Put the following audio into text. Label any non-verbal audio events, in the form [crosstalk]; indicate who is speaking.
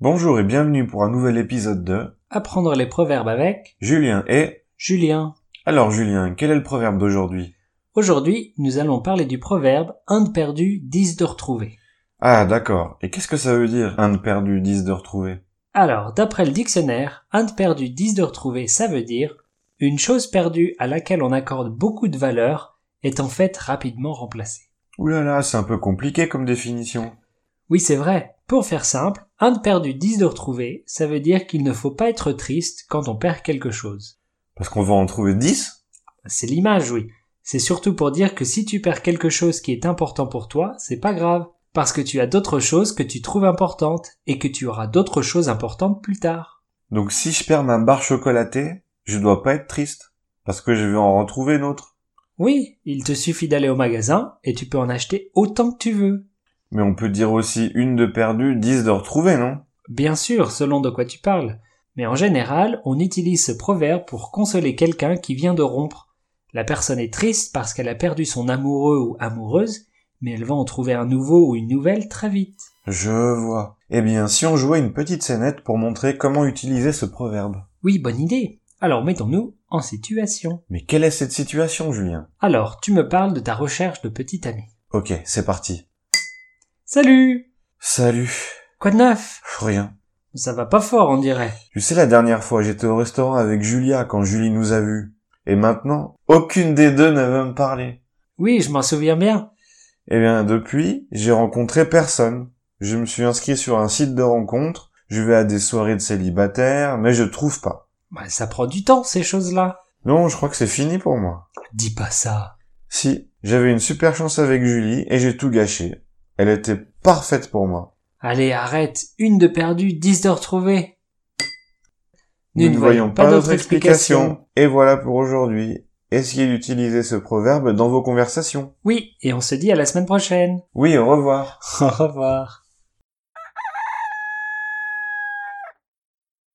Speaker 1: Bonjour et bienvenue pour un nouvel épisode de
Speaker 2: Apprendre les proverbes avec
Speaker 1: Julien et...
Speaker 2: Julien.
Speaker 1: Alors Julien, quel est le proverbe d'aujourd'hui
Speaker 2: Aujourd'hui, nous allons parler du proverbe un de perdu, dix de retrouvé.
Speaker 1: Ah d'accord, et qu'est-ce que ça veut dire un de perdu, dix de retrouvé
Speaker 2: Alors, d'après le dictionnaire, un de perdu, dix de retrouvé, ça veut dire une chose perdue à laquelle on accorde beaucoup de valeur est en fait rapidement remplacée.
Speaker 1: Ouh là là, c'est un peu compliqué comme définition.
Speaker 2: Oui, c'est vrai. Pour faire simple, un de perdu, dix de retrouvé, ça veut dire qu'il ne faut pas être triste quand on perd quelque chose.
Speaker 1: Parce qu'on va en trouver dix
Speaker 2: C'est l'image, oui. C'est surtout pour dire que si tu perds quelque chose qui est important pour toi, c'est pas grave. Parce que tu as d'autres choses que tu trouves importantes et que tu auras d'autres choses importantes plus tard.
Speaker 1: Donc si je perds ma barre chocolatée, je dois pas être triste. Parce que je vais en retrouver une autre.
Speaker 2: Oui, il te suffit d'aller au magasin et tu peux en acheter autant que tu veux.
Speaker 1: Mais on peut dire aussi une de perdue, dix de retrouvée, non
Speaker 2: Bien sûr, selon de quoi tu parles. Mais en général, on utilise ce proverbe pour consoler quelqu'un qui vient de rompre. La personne est triste parce qu'elle a perdu son amoureux ou amoureuse, mais elle va en trouver un nouveau ou une nouvelle très vite.
Speaker 1: Je vois. Eh bien, si on jouait une petite scénette pour montrer comment utiliser ce proverbe.
Speaker 2: Oui, bonne idée. Alors mettons-nous en situation.
Speaker 1: Mais quelle est cette situation, Julien
Speaker 2: Alors, tu me parles de ta recherche de petit ami.
Speaker 1: Ok, c'est parti.
Speaker 2: Salut
Speaker 1: Salut.
Speaker 2: Quoi de neuf
Speaker 1: Rien.
Speaker 2: Ça va pas fort, on dirait.
Speaker 1: Tu sais, la dernière fois, j'étais au restaurant avec Julia quand Julie nous a vus. Et maintenant, aucune des deux ne veut me parler.
Speaker 2: Oui, je m'en souviens bien.
Speaker 1: Eh bien, depuis, j'ai rencontré personne. Je me suis inscrit sur un site de rencontre, je vais à des soirées de célibataires, mais je trouve pas.
Speaker 2: Bah, ça prend du temps, ces choses-là.
Speaker 1: Non, je crois que c'est fini pour moi.
Speaker 2: Dis pas ça.
Speaker 1: Si, j'avais une super chance avec Julie et j'ai tout gâché. Elle était parfaite pour moi.
Speaker 2: Allez, arrête. Une de perdue, dix de retrouvée.
Speaker 1: Nous ne voyons pas d'autre explication. Et voilà pour aujourd'hui. Essayez d'utiliser ce proverbe dans vos conversations.
Speaker 2: Oui, et on se dit à la semaine prochaine. [laughs]
Speaker 1: Oui, au revoir.
Speaker 2: Au revoir.